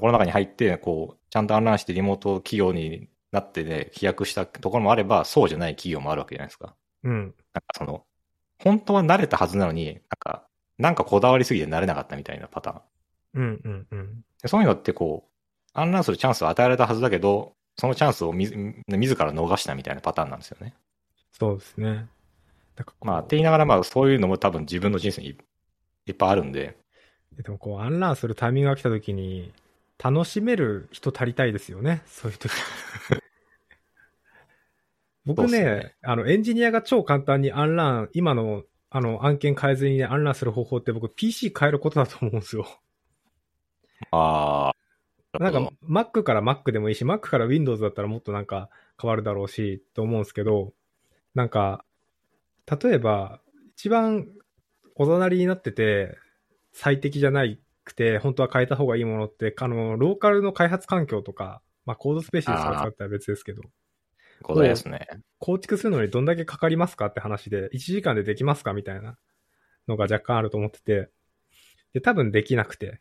[SPEAKER 2] コロナ禍に入って、こう、ちゃんとアンランしてリモート企業になってね、飛躍したところもあれば、そうじゃない企業もあるわけじゃないですか。
[SPEAKER 1] うん。
[SPEAKER 2] なんかその、本当は慣れたはずなのに、なんか、なんかこだわりすぎて慣れなかったみたいなパターン。
[SPEAKER 1] うんうんうん。
[SPEAKER 2] でそういうのってこう、アンランするチャンスを与えられたはずだけど、そのチャンスをみず自ら逃したみたいなパターンなんですよね。
[SPEAKER 1] そうですね。だからこう
[SPEAKER 2] まあ、って言いながら、まあ、そういうのも多分自分の人生にいいっぱいあるんで、
[SPEAKER 1] でもこう、アンランするタイミングが来た時に、楽しめる人足りたいですよね。そういう時。僕
[SPEAKER 2] そうっ
[SPEAKER 1] ね
[SPEAKER 2] すね
[SPEAKER 1] あの、エンジニアが超簡単にアンラン、今のあの、案件変えずにね、アンランする方法って僕 PC 変えることだと思うんですよ。
[SPEAKER 2] ああ。
[SPEAKER 1] なん
[SPEAKER 2] るほ
[SPEAKER 1] か Mac から Mac でもいいし、Mac から Windows だったらもっとなんか変わるだろうし、と思うんですけど、なんか、例えば、一番おざなりになってて、最適じゃないくて、本当は変えた方がいいものって、あの、ローカルの開発環境とか、まあ、コードスペーシスとか使ったら別ですけど、
[SPEAKER 2] どこだですね。
[SPEAKER 1] 構築するのにどんだけかかりますかって話で、1時間でできますかみたいなのが若干あると思ってて、で、多分できなくて、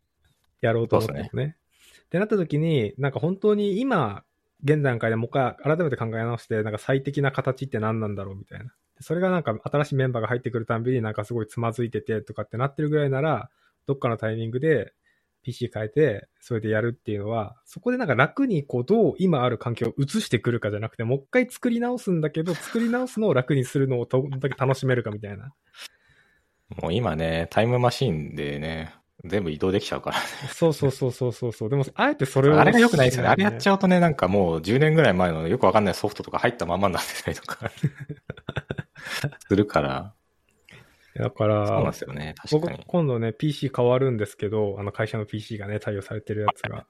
[SPEAKER 1] やろうと思ってもね。
[SPEAKER 2] そ
[SPEAKER 1] ってなった時に、なんか本当に今、現段階でもう一回改めて考え直して、なんか最適な形って何なんだろうみたいな。それがなんか新しいメンバーが入ってくるたんびになんかすごいつまずいててとかってなってるぐらいなら、どっかのタイミングで PC 変えて、それでやるっていうのは、そこでなんか楽にこう、どう今ある環境を移してくるかじゃなくて、もう一回作り直すんだけど、作り直すのを楽にするのをどんだけ楽しめるかみたいな。
[SPEAKER 2] もう今ね、タイムマシンでね、全部移動できちゃうから。
[SPEAKER 1] そうそうそうそうそうそう。でも、あえてそれを、
[SPEAKER 2] あれが良くないですよね。あれやっちゃうとね、なんかもう10年ぐらい前のよくわかんないソフトとか入ったままになってたりと か、するから。
[SPEAKER 1] だか
[SPEAKER 2] そうなん
[SPEAKER 1] ら
[SPEAKER 2] で、すよね、確
[SPEAKER 1] 僕
[SPEAKER 2] かに。
[SPEAKER 1] 今度ね、PC 変わるんですけど、あの会社の PC がね、対応されてるやつが。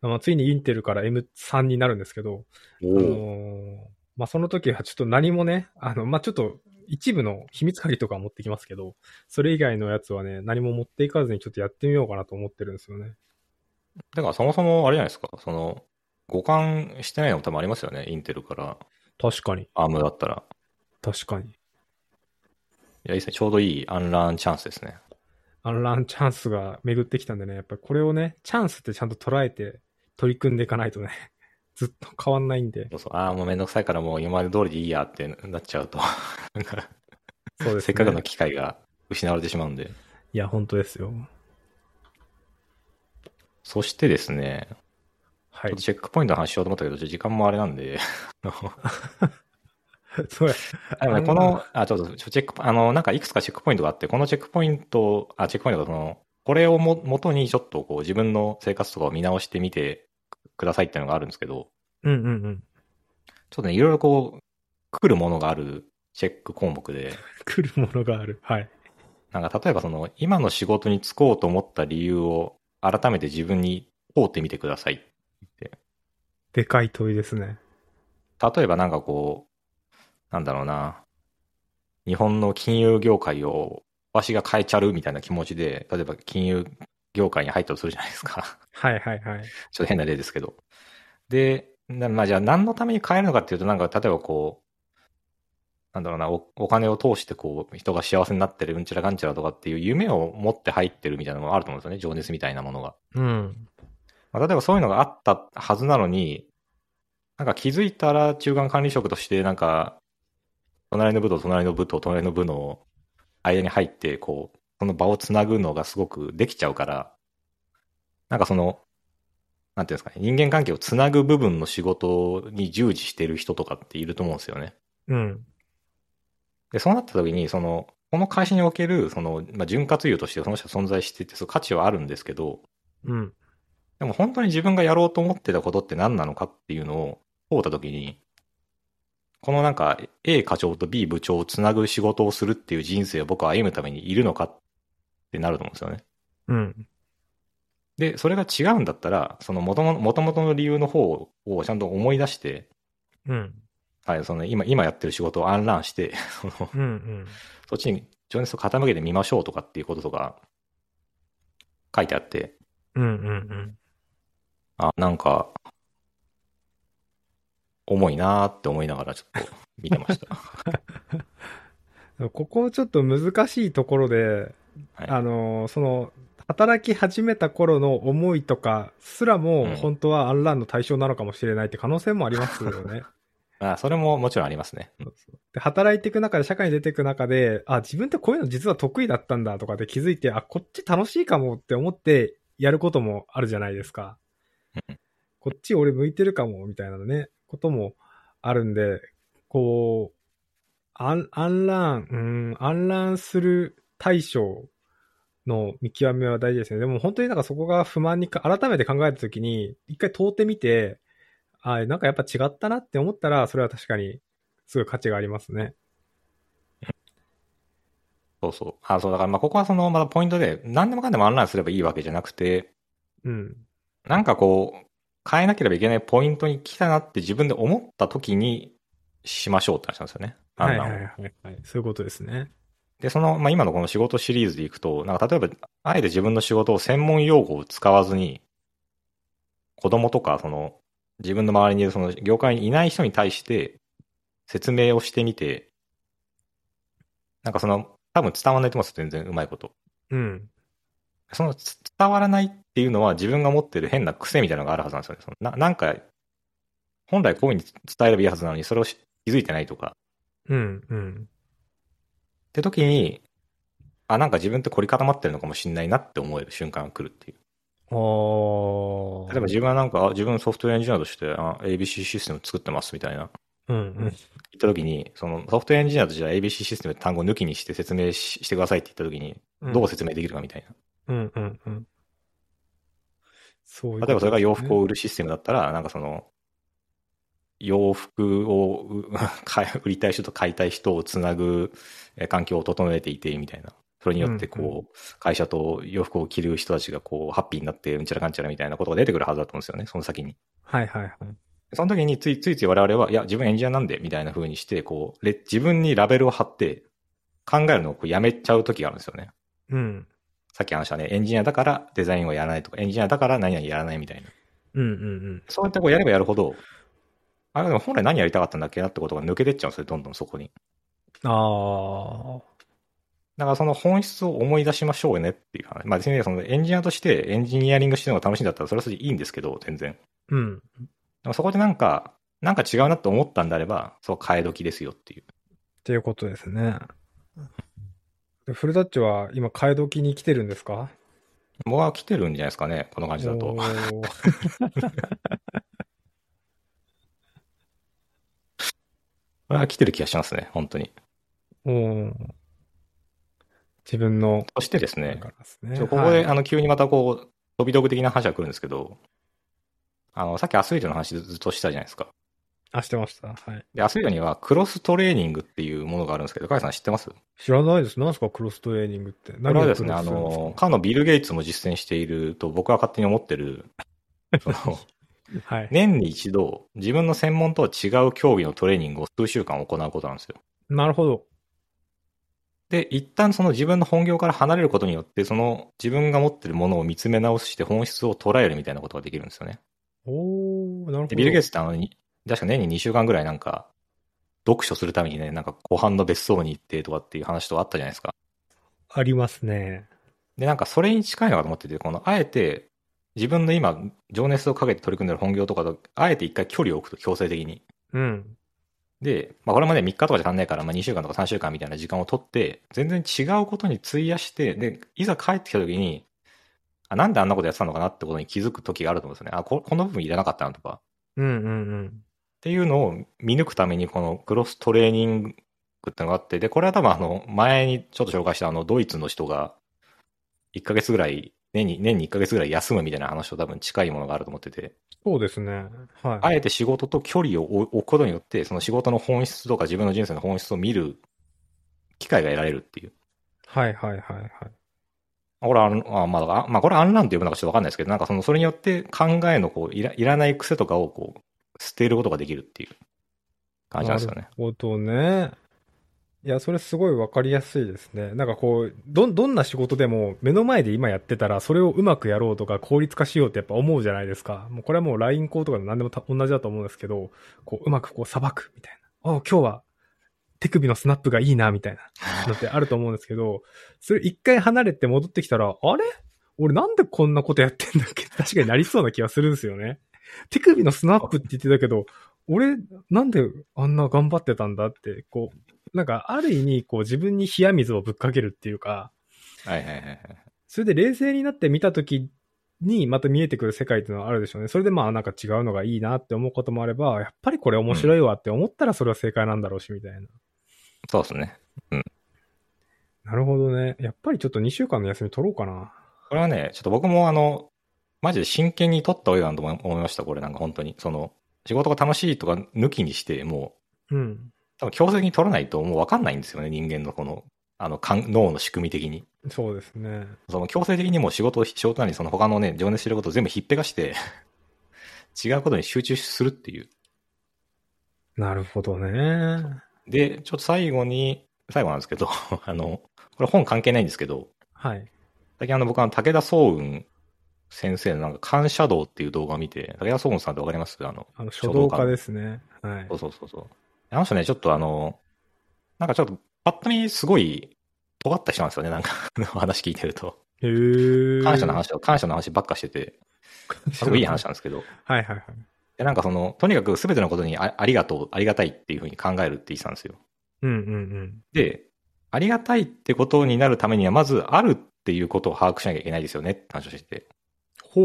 [SPEAKER 1] まあ、ついにインテルから M3 になるんですけど、あの
[SPEAKER 2] おー
[SPEAKER 1] ーまあ、その時はちょっと何もね、あの、まあ、ちょっと一部の秘密鍵とかは持ってきますけど、それ以外のやつはね、何も持っていかずにちょっとやってみようかなと思ってるんですよね。
[SPEAKER 2] だからそもそもあれじゃないですか、その、互換してないのも多分ありますよね、インテルから、
[SPEAKER 1] 確かに、
[SPEAKER 2] アームだったら。
[SPEAKER 1] 確かに。
[SPEAKER 2] いや、いいですね。ちょうどいいアンラーンチャンスですね。
[SPEAKER 1] アンランチャンスが巡ってきたんでね、やっぱりこれをね、チャンスってちゃんと捉えて取り組んでいかないとね、 ずっと変わんないんで。
[SPEAKER 2] そうそう。ああ、もうめんどくさいからもう今まで通りでいいやってなっちゃうと、 なんか、
[SPEAKER 1] そうですね。
[SPEAKER 2] せっかくの機会が失われてしまうんで。
[SPEAKER 1] いや、本当ですよ。
[SPEAKER 2] そしてですね、
[SPEAKER 1] はい
[SPEAKER 2] ちょっと。チェックポイントの話しようと思ったけど、ちょっと時間もあれなんで、 あの
[SPEAKER 1] そうや。
[SPEAKER 2] あの
[SPEAKER 1] あ
[SPEAKER 2] ね
[SPEAKER 1] の
[SPEAKER 2] この、あ、ちょっと、ちょチェックポ、あの、なんかいくつかチェックポイントがあって、このチェックポイント、あ、チェックポイントがその、これをも、元にちょっとこう自分の生活とかを見直してみてくださいっていうのがあるんですけど、
[SPEAKER 1] うんうんうん。
[SPEAKER 2] ちょっとね、いろいろこう、来るものがあるチェック項目で、
[SPEAKER 1] 来るものがある。はい。
[SPEAKER 2] なんか例えばその、今の仕事に就こうと思った理由を改めて自分に問うてみてください。
[SPEAKER 1] でかい問いですね。
[SPEAKER 2] 例えばなんかこう、なんだろうな、日本の金融業界をわしが変えちゃるみたいな気持ちで、例えば金融業界に入ったとするじゃないですか。
[SPEAKER 1] はいはいはい。
[SPEAKER 2] ちょっと変な例ですけど。で、なまあじゃあ何のために変えるのかっていうと、なんか例えばこう、なんだろうな、おお金を通してこう、人が幸せになってる、うんちゃらかんちゃらとかっていう夢を持って入ってるみたいなのもあると思うんですよね、情熱みたいなものが。
[SPEAKER 1] うん。
[SPEAKER 2] まあ、例えばそういうのがあったはずなのに、なんか気づいたら中間管理職として、なんか、隣の部と隣の部と隣の部の間に入って、こう、その場をつなぐのがすごくできちゃうから、なんかその、なんていうんですかね、人間関係をつなぐ部分の仕事に従事してる人とかっていると思うんですよね。
[SPEAKER 1] うん。
[SPEAKER 2] で、そうなった時に、その、この会社における、その、まあ、潤滑油としてその人は存在してて、その価値はあるんですけど、
[SPEAKER 1] うん。
[SPEAKER 2] でも本当に自分がやろうと思ってたことって何なのかっていうのを問うたときに、このなんか A 課長と B 部長をつなぐ仕事をするっていう人生を僕は歩むためにいるのかってなると思うんですよね。
[SPEAKER 1] うん。
[SPEAKER 2] で、それが違うんだったら、その元々元々の理由の方をちゃんと思い出して、
[SPEAKER 1] うん。
[SPEAKER 2] はい、その今、今やってる仕事をアンランして、 その、
[SPEAKER 1] うんうん。
[SPEAKER 2] そっちに情熱を傾けてみましょうとかっていうこととか書いてあって、
[SPEAKER 1] うんうん
[SPEAKER 2] あ、なんか、重いなーって思いながらちょっと見てました。
[SPEAKER 1] うん。ここちょっと難しいところで、
[SPEAKER 2] はい
[SPEAKER 1] あの、その、働き始めた頃の思いとかすら
[SPEAKER 2] う
[SPEAKER 1] も
[SPEAKER 2] ん
[SPEAKER 1] 本当はアンランの対象なのかもしれないって可能性もありますよね。
[SPEAKER 2] あそれももちろんありますね。うん
[SPEAKER 1] で働いていく中で社会に出ていく中で、あ、自分ってこういうの実は得意だったんだとかで気づいて、あ、こっち楽しいかもって思ってやることもあるじゃないですか
[SPEAKER 2] う。
[SPEAKER 1] こっち俺向いてるかもみたいなね、こともあるんで、こう、アンアンラン、うん、アンランする対象の見極めは大事ですね。でも本当になんかそこが不満にか改めて考えたときに、一回通ってみて、あ、なんかやっぱ違ったなって思ったら、それは確かにすごい価値がありますね。
[SPEAKER 2] そうそう。あ、そう、だからまあここはその、まだポイントで、何でもかんでもアンランすればいいわけじゃなくて、
[SPEAKER 1] うん。
[SPEAKER 2] なんかこう、変えなければいけないポイントに来たなって自分で思った時にしましょうって話なんですよね。ア
[SPEAKER 1] は
[SPEAKER 2] ン
[SPEAKER 1] い
[SPEAKER 2] ラ
[SPEAKER 1] はい
[SPEAKER 2] ンを。
[SPEAKER 1] はいはい。そういうことですね。
[SPEAKER 2] で、その、まあ、今のこの仕事シリーズでいくと、なんか例えば、あえて自分の仕事を専門用語を使わずに、子供とか、その、自分の周りにいるその業界にいない人に対して説明をしてみて、なんかその、多分伝わらないと思うんですよ、全然うまいこと。
[SPEAKER 1] うん。
[SPEAKER 2] そのつ伝わらないっていうのは自分が持ってる変な癖みたいなのがあるはずなんですよね。そのななんか、本来こういうふうに伝えればいいはずなのに、それをし気づいてないとか。
[SPEAKER 1] うん。うん。
[SPEAKER 2] って時に、あ、なんか自分って凝り固まってるのかもしれないなって思える瞬間が来るっていう。
[SPEAKER 1] あー。
[SPEAKER 2] 例えば自分はなんか、あ自分ソフトウェアエンジニアとしてあ ABC システム作ってますみたいな。
[SPEAKER 1] うんうん。
[SPEAKER 2] 言った時に、そのソフトウェアエンジニアとしては ABC システムって単語抜きにして説明ししてくださいって言った時に、
[SPEAKER 1] うん
[SPEAKER 2] どう説明できるかみたいな。
[SPEAKER 1] うんうんうん。そういうこと
[SPEAKER 2] 例えばそれが洋服を
[SPEAKER 1] を。
[SPEAKER 2] 売るシステムだったら、なんかその、洋服をう 買い売りたい人と買いたい人をつなぐえ環境を整えていてみたいな。それによってこう、
[SPEAKER 1] うん
[SPEAKER 2] 会社と洋服を着る人たちがこう、ハッピーになって、うんちゃらかんちゃらみたいなことが出てくるはずだと思うんですよね、その先に。
[SPEAKER 1] はいはいはい。
[SPEAKER 2] その時についついつい我々は、いや、自分エンジニアなんで、みたいな風にして、こう、レ自分にラベルを貼って、考えるのをこうやめちゃう時があるんですよね。
[SPEAKER 1] うん。
[SPEAKER 2] さっき話したね、エンジニアだからデザインをやらないとか、エンジニアだから何々やらないみたいな。
[SPEAKER 1] うんうん
[SPEAKER 2] そうやってこうやればやるほど、あれでも本来何やりたかったんだっけなってことが抜けてっちゃうんですよ、どんどんそこに。
[SPEAKER 1] うん。ああ。
[SPEAKER 2] だからその本質を思い出しましょうねっていう話。まあ別にねそのエンジニアとしてエンジニアリングしてるのが楽しいんだったらそれはそれでいいんですけど、全然。で
[SPEAKER 1] うん。
[SPEAKER 2] もそこでなんか、なんか違うなって思ったんであれば、そう変え時ですよっていう。
[SPEAKER 1] っていうことですね。でフルダッチは今、替え時に来てるんですか
[SPEAKER 2] 僕は来てるんじゃないですかね、この感じだと
[SPEAKER 1] お。ー
[SPEAKER 2] これは来てる気がしますね、本当に。
[SPEAKER 1] おー自分の、
[SPEAKER 2] そしてですね
[SPEAKER 1] だ、からですね
[SPEAKER 2] ちょここで、あの、急にまたこう、飛び道具的な話が来るんですけど、あの、さっきアスリートの話ずずっとしたじゃないですか。
[SPEAKER 1] あ、してました。はい。
[SPEAKER 2] で、アスリートにはクロストレーニングっていうものがあるんですけど、カイさん知ってますこ
[SPEAKER 1] 知らないです。何ですか、クロストレーニングって。
[SPEAKER 2] れ
[SPEAKER 1] 何
[SPEAKER 2] は
[SPEAKER 1] を
[SPEAKER 2] ですね、あ
[SPEAKER 1] クロスするん
[SPEAKER 2] の、
[SPEAKER 1] ですか
[SPEAKER 2] かのビル・ゲイツも実践していると僕は勝手に思ってる、その、
[SPEAKER 1] はい。
[SPEAKER 2] 年に一度、自分の専門とは違う競技のトレーニングを数週間行うことなんですよ。
[SPEAKER 1] なるほど。
[SPEAKER 2] で、一旦その自分の本業から離れることによって、その自分が持ってるものを見つめ直して本質を捉えるみたいなことができるんですよね。
[SPEAKER 1] おー、なるほど。
[SPEAKER 2] で、ビル・ゲイツってあの、に確か年に2週間ぐらいなんか、読書するためにね、なんか湖畔の別荘に行ってとかっていう話とかあったじゃないですか。
[SPEAKER 1] ありますね。
[SPEAKER 2] で、なんかそれに近いのかと思ってて、この、あえて、自分の今、情熱をかけて取り組んでる本業とかと、あえて一回距離を置くと、強制的に。
[SPEAKER 1] うん。
[SPEAKER 2] で、まあこれもね、3日とかじゃ足んないから、まあ2週間とか3週間みたいな時間を取って、全然違うことに費やして、で、いざ帰ってきた時に、あ、なんであんなことやってたのかなってことに気づく時があると思うんですよね。あ、ここの部分いらなかったなとか。
[SPEAKER 1] うんうんうん。
[SPEAKER 2] っていうのを見抜くために、このクロストレーニングってのがあって、で、これは多分あの、前にちょっと紹介したあの、ドイツの人が、1ヶ月ぐらい、年に、年に1ヶ月ぐらい休むみたいな話と多分近いものがあると思ってて、
[SPEAKER 1] そうですね。はい。
[SPEAKER 2] あえて仕事と距離を置くことによって、その仕事の本質とか自分の人生の本質を見る機会が得られるっていう。
[SPEAKER 1] はいはいはいはい。
[SPEAKER 2] これはあの、あまあだから、まあこれアンランって呼ぶのかちょっとわかんないですけど、なんかその、それによって考えのこう、いらいらない癖とかをこう、捨てることができるっていう感じなんですよね。
[SPEAKER 1] なるほどね。いや、それすごいわかりやすいですね。なんかこう、ど、どんな仕事でも目の前で今やってたら、それをうまくやろうとか効率化しようってやっぱ思うじゃないですか。もうこれはもう LINE 校とかで何でもた同じだと思うんですけど、こう、うまくこう、さばくみたいな。あ今日は手首のスナップがいいな、みた いな。のってあると思うんですけど、それ一回離れて戻ってきたら、あれ俺なんでこんなことやってんだっけ確かになりそうな気がするんですよね。手首のスナップって言ってたけど、俺、なんであんな頑張ってたんだって、こう、なんかある意味、こう自分に冷や水をぶっかけるっていうか、
[SPEAKER 2] はいはいはいはい。
[SPEAKER 1] それで冷静になって見たときにまた見えてくる世界っていうのはあるでしょうね。それでまあなんか違うのがいいなって思うこともあれば、やっぱりこれ面白いわって思ったらそれは正解なんだろうし、みたいな。
[SPEAKER 2] そうですね。
[SPEAKER 1] なるほどね。やっぱりちょっと2週間の休み取ろうかな。
[SPEAKER 2] これはね、ちょっと僕もあの、マジで真剣に取った方がいいなと思い思いました、これなんか本当に。その、仕事が楽しいとか抜きにして、もう、
[SPEAKER 1] うん。
[SPEAKER 2] 多分強制的に取らないともう分かんないんですよね、人間のこのあの、かん脳の仕組み的に。
[SPEAKER 1] そうですね。
[SPEAKER 2] その強制的にもう仕事を、仕事なり、その他のね、情熱してることを全部ひっぺがして、 違うことに集中するっていう。
[SPEAKER 1] なるほどね。
[SPEAKER 2] で、ちょっと最後に、最後なんですけど、 あの、これ本関係ないんですけど、
[SPEAKER 1] はい。
[SPEAKER 2] 最近あの僕は武田総雲先生のなんか感謝道っていう動画を見て、武田総雲さんってわかりますあの、
[SPEAKER 1] あの、書
[SPEAKER 2] 書
[SPEAKER 1] 道
[SPEAKER 2] 道家
[SPEAKER 1] 家ですね。はい
[SPEAKER 2] そ。うそうそうそう。あの人ね、ちょっとあの、なんかちょっと、ぱっと見すごい、尖った人なんですよね、なんか、 話聞いてると。
[SPEAKER 1] へー
[SPEAKER 2] 感謝 の。話を、感謝の話ばっかしてて、すごいいい話。なんですけど。
[SPEAKER 1] はいはいはい。
[SPEAKER 2] で、なんかその、とにかく全てのことにあありがとう、ありがたいっていうふうに考えるって言ってたんですよ。
[SPEAKER 1] うんうん
[SPEAKER 2] で、ありがたいってことになるためには、まずあるっていうことを把握しなきゃいけないですよねって話をしてて。
[SPEAKER 1] うん。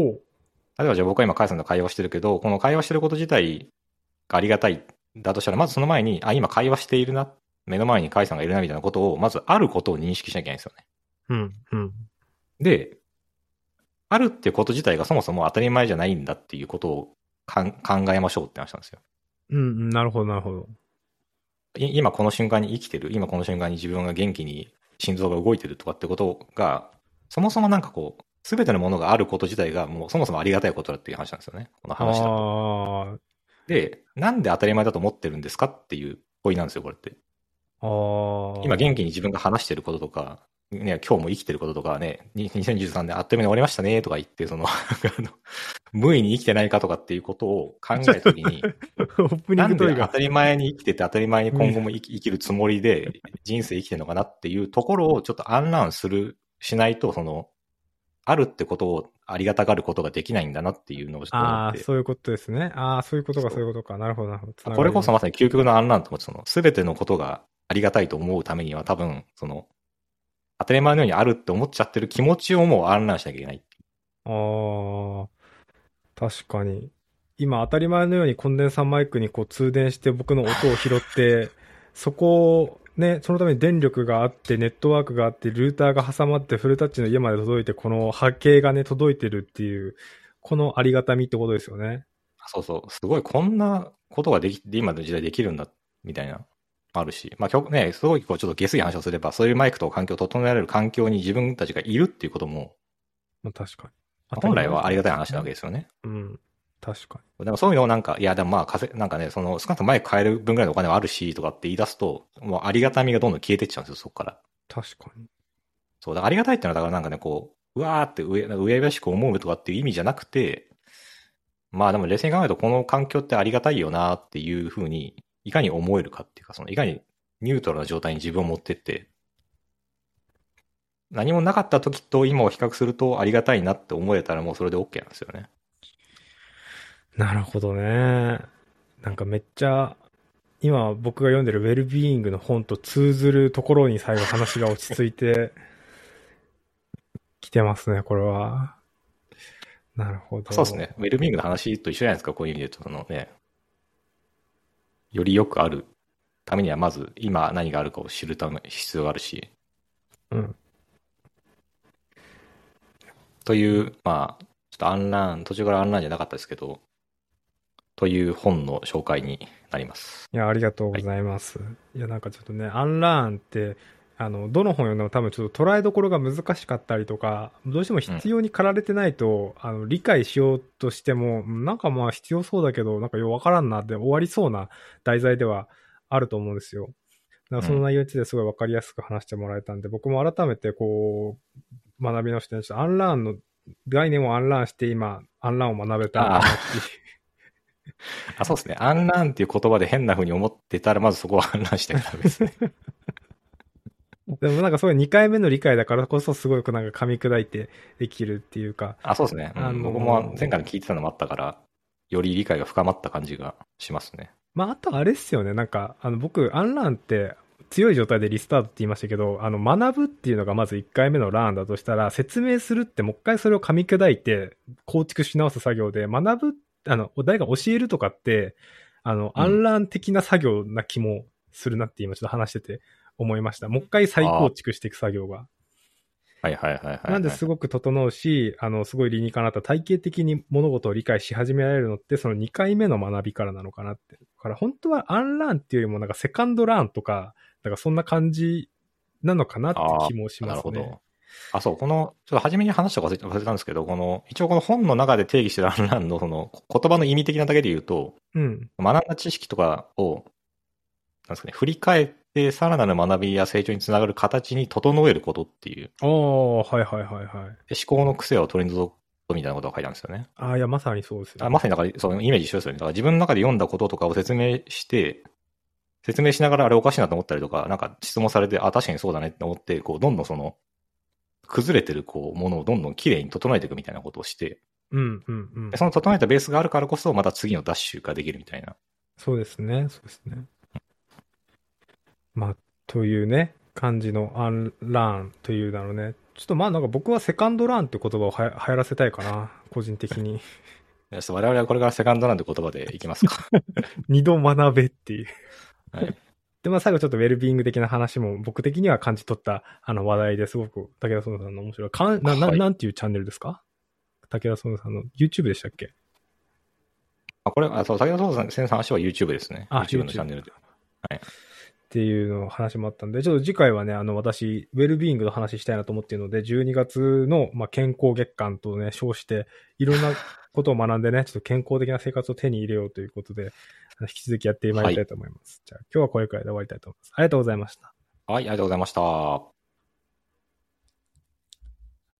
[SPEAKER 1] ほう。
[SPEAKER 2] 例えばじゃあ僕は今、カイさんと会話してるけど、この会話してること自体がありがたいだとしたら、まずその前に、あ、今会話しているな、目の前にカイさんがいるなみたいなことを、まずあることを認識しなきゃいけないんですよね。
[SPEAKER 1] うんうん。
[SPEAKER 2] で、あるっていうこと自体がそもそも当たり前じゃないんだっていうことをかん考えましょうって話なんですよ。
[SPEAKER 1] うんうん、なるほどなるほど。
[SPEAKER 2] い今この瞬間に生きてる、今この瞬間に自分が元気に心臓が動いてるとかってことが、そもそもなんかこう、すべてのものがあること自体がもうそもそもありがたいことだっていう話なんですよね。この話だと。
[SPEAKER 1] あ
[SPEAKER 2] で、なんで当たり前だと思ってるんですかっていう問いなんですよ、これって。
[SPEAKER 1] あ、ああ。
[SPEAKER 2] 今元気に自分が話してることとか、ね、今日も生きてることとかね、に2023年あっという間に終わりましたねとか言って、その、あの無意に生きてないかとかっていうことを考える ときに、
[SPEAKER 1] オープニ
[SPEAKER 2] な
[SPEAKER 1] ン
[SPEAKER 2] ん
[SPEAKER 1] グト
[SPEAKER 2] で
[SPEAKER 1] リ
[SPEAKER 2] 当
[SPEAKER 1] ガー。
[SPEAKER 2] たり前に生きてて当たり前に今後も生き生きるつもりで人生生きてるのかなっていうところをちょっとアンランする、しないと、その、あるってことをありがたがることができないんだなっていうのをちょっと思
[SPEAKER 1] あ
[SPEAKER 2] っ
[SPEAKER 1] あ、
[SPEAKER 2] て、
[SPEAKER 1] そういうことですね。ああ、そういうことか、
[SPEAKER 2] そう
[SPEAKER 1] そういうことか。なるほど、なるほど。つながり
[SPEAKER 2] これこそまさに究極のアンランと思って、その、すべてのことがありがたいと思うためには多分、その、当たり前のようにあるって思っちゃってる気持ちをもうアンランしなきゃいけない。
[SPEAKER 1] ああ、確かに。今、当たり前のようにコンデンサーマイクにこう通電して僕の音を拾って、 そこを、ね、そのために電力があって、ネットワークがあって、ルーターが挟まって、フルタッチの家まで届いて、この波形がね、届いてるっていう、このありがたみってことですよね。
[SPEAKER 2] そうそう、すごいこんなことができ、今の時代できるんだ、みたいな、あるし、まあ、極ね、すごいこうちょっと下水話をすれば、そういうマイクと環境を整えられる環境に自分たちがいるっていうことも、
[SPEAKER 1] まあ、確かに。
[SPEAKER 2] 本来はありがたい話なわけですよね。
[SPEAKER 1] うん。確か
[SPEAKER 2] でもそういうのをなんか、いや、でもまあ、稼いなんかね、その、少なくともマイク買える分ぐらいのお金はあるし、とかって言い出すと、もうありがたみがどんどん消えてっちゃうんですよ、そこから。
[SPEAKER 1] に。確かに。
[SPEAKER 2] そう、だからありがたいってのは、だからなんかね、こう、うわーって上、なんか上々しく思うとかっていう意味じゃなくて、まあでも冷静に考えると、この環境ってありがたいよなっていうふうに、いかに思えるかっていうか、その、いかにニュートラルな状態に自分を持ってって、何もなかった時と今を比較するとありがたいなって思えたらもうそれで OK なんですよね。
[SPEAKER 1] なるほどね。なんかめっちゃ、今僕が読んでるウェルビーイングの本と通ずるところに最後話が落ち着いて、 来てますね、これは。なるほど。
[SPEAKER 2] そうですね。。ウェルビーイングの話と一緒じゃないですか、こういう意味で言うと、そのね、よりよくあるためには、まず今何があるかを知るため、必要があるし、
[SPEAKER 1] うん。
[SPEAKER 2] という、まあ、ちょっとアンラン、途中からアンランじゃなかったですけど、という本の紹介になります。
[SPEAKER 1] いや、ありがとうございます。い、や、なんかちょっとね、アンラーンって、あの、どの本読んでも多分ちょっと捉えどころが難しかったりとか、どうしても必要に駆られてないと、あの、理解しようとしても、うんなんかまあ必要そうだけど、なんかようわからんなって終わりそうな題材ではあると思うんですよ。だからその内容についてすごいわかりやすく話してもらえたんで、僕も改めてこう、学びの人にちょっとアンラーンの概念をアンラーンして今、アンラーンを学べたんだなっていう。
[SPEAKER 2] あ、そうですね。アンランっていう言葉で変な風に思ってたら、まずそこはアンランしてからで すね。
[SPEAKER 1] でもなんかそういう2回目の理解だからこそすごくなんか噛み砕いてできるっていうか、
[SPEAKER 2] あ、そうですね、うん
[SPEAKER 1] あのー
[SPEAKER 2] 僕も前回の聞いてたのもあったから、より理解が深まった感じがしますね。
[SPEAKER 1] まああとあれっすよね、なんかあの僕、アンラーンって強い状態でリスタートって言いましたけど、あの学ぶっていうのがまず1回目のラーンだとしたら、説明するってもう一回それを噛み砕いて構築し直す作業で、学ぶ、あの、誰が教えるとかって、あの、
[SPEAKER 2] うん
[SPEAKER 1] アンラーン的な作業な気もするなって今ちょっと話してて思いました。もう一回再構築していく作業が。
[SPEAKER 2] はいはいはいはい、はい。
[SPEAKER 1] なんですごく整うし、あの、すごい理にかなった体系的に物事を理解し始められるのって、その2回目の学びからなのかなって。だから本当はアンラーンっていうよりも、なんかセカンドラーンとか、なんかそんな感じなのかなって気もし
[SPEAKER 2] な
[SPEAKER 1] ま
[SPEAKER 2] る
[SPEAKER 1] す
[SPEAKER 2] ほ
[SPEAKER 1] ね。
[SPEAKER 2] ど。あ、そう、この、ちょっと初めに話したか忘れ忘れたんですけど、この、一応この本の中で定義してるアンランの、その、こ言葉の意味的なだけで言うと、
[SPEAKER 1] うん。
[SPEAKER 2] 学んだ知識とかを、なんですかね、振り返って、さらなる学びや成長につながる形に整えることっていう、
[SPEAKER 1] ああ、はいはいはいはい。
[SPEAKER 2] で思考の癖を取り除くことみたいなことが書いてあるんですよね。
[SPEAKER 1] ああ、いや、まさにそうですよ、
[SPEAKER 2] あまさにだから、そのイメージ一緒ですよね。だから自分の中で読んだこととかを説明して、説明しながらあれおかしいなと思ったりとか、なんか質問されて、あ、確かにそうだねって思って、こう、どんどんその、崩れてるこう、ものをどんどん綺麗に整えていくみたいなことをして、
[SPEAKER 1] うんうんうん
[SPEAKER 2] で。その整えたベースがあるからこそ、また次のダッシュができるみたいな。
[SPEAKER 1] そうですね、そうですね。まあ、というね、感じのアンラーンというだろうね。ちょっとまあなんか僕はセカンドラーンって言葉をはや流行らせたいかな、個人的 に。
[SPEAKER 2] いやちょっと我々はこれからセカンドなんて言葉でいきますか。
[SPEAKER 1] 二度学べっていう。
[SPEAKER 2] はい
[SPEAKER 1] で、まあ最後ちょっとウェルビーイング的な話も僕的には感じ取ったあの話題ですごく武田園さんの面白い。かんなな
[SPEAKER 2] はい
[SPEAKER 1] なんていうチャンネルですか武田園さんの YouTube でしたっけ
[SPEAKER 2] あこれ、あ、そう、先ほど先生の話は YouTube ですね。
[SPEAKER 1] あ
[SPEAKER 2] YouTube の
[SPEAKER 1] YouTube
[SPEAKER 2] チャンネルで。
[SPEAKER 1] っていうの話もあったんで、ちょっと次回はね、あの私、ウェルビーイングの話したいなと思っているので、12月の、まあ、健康月間とね、称して、いろんなことを学んでね、ちょっと健康的な生活を手に入れようということで、あの引き続きやってまいりたいと思います。じゃあ今日はこれくらいで終わりたいと思います。ありがとうございました。
[SPEAKER 2] はい、ありがとうございました。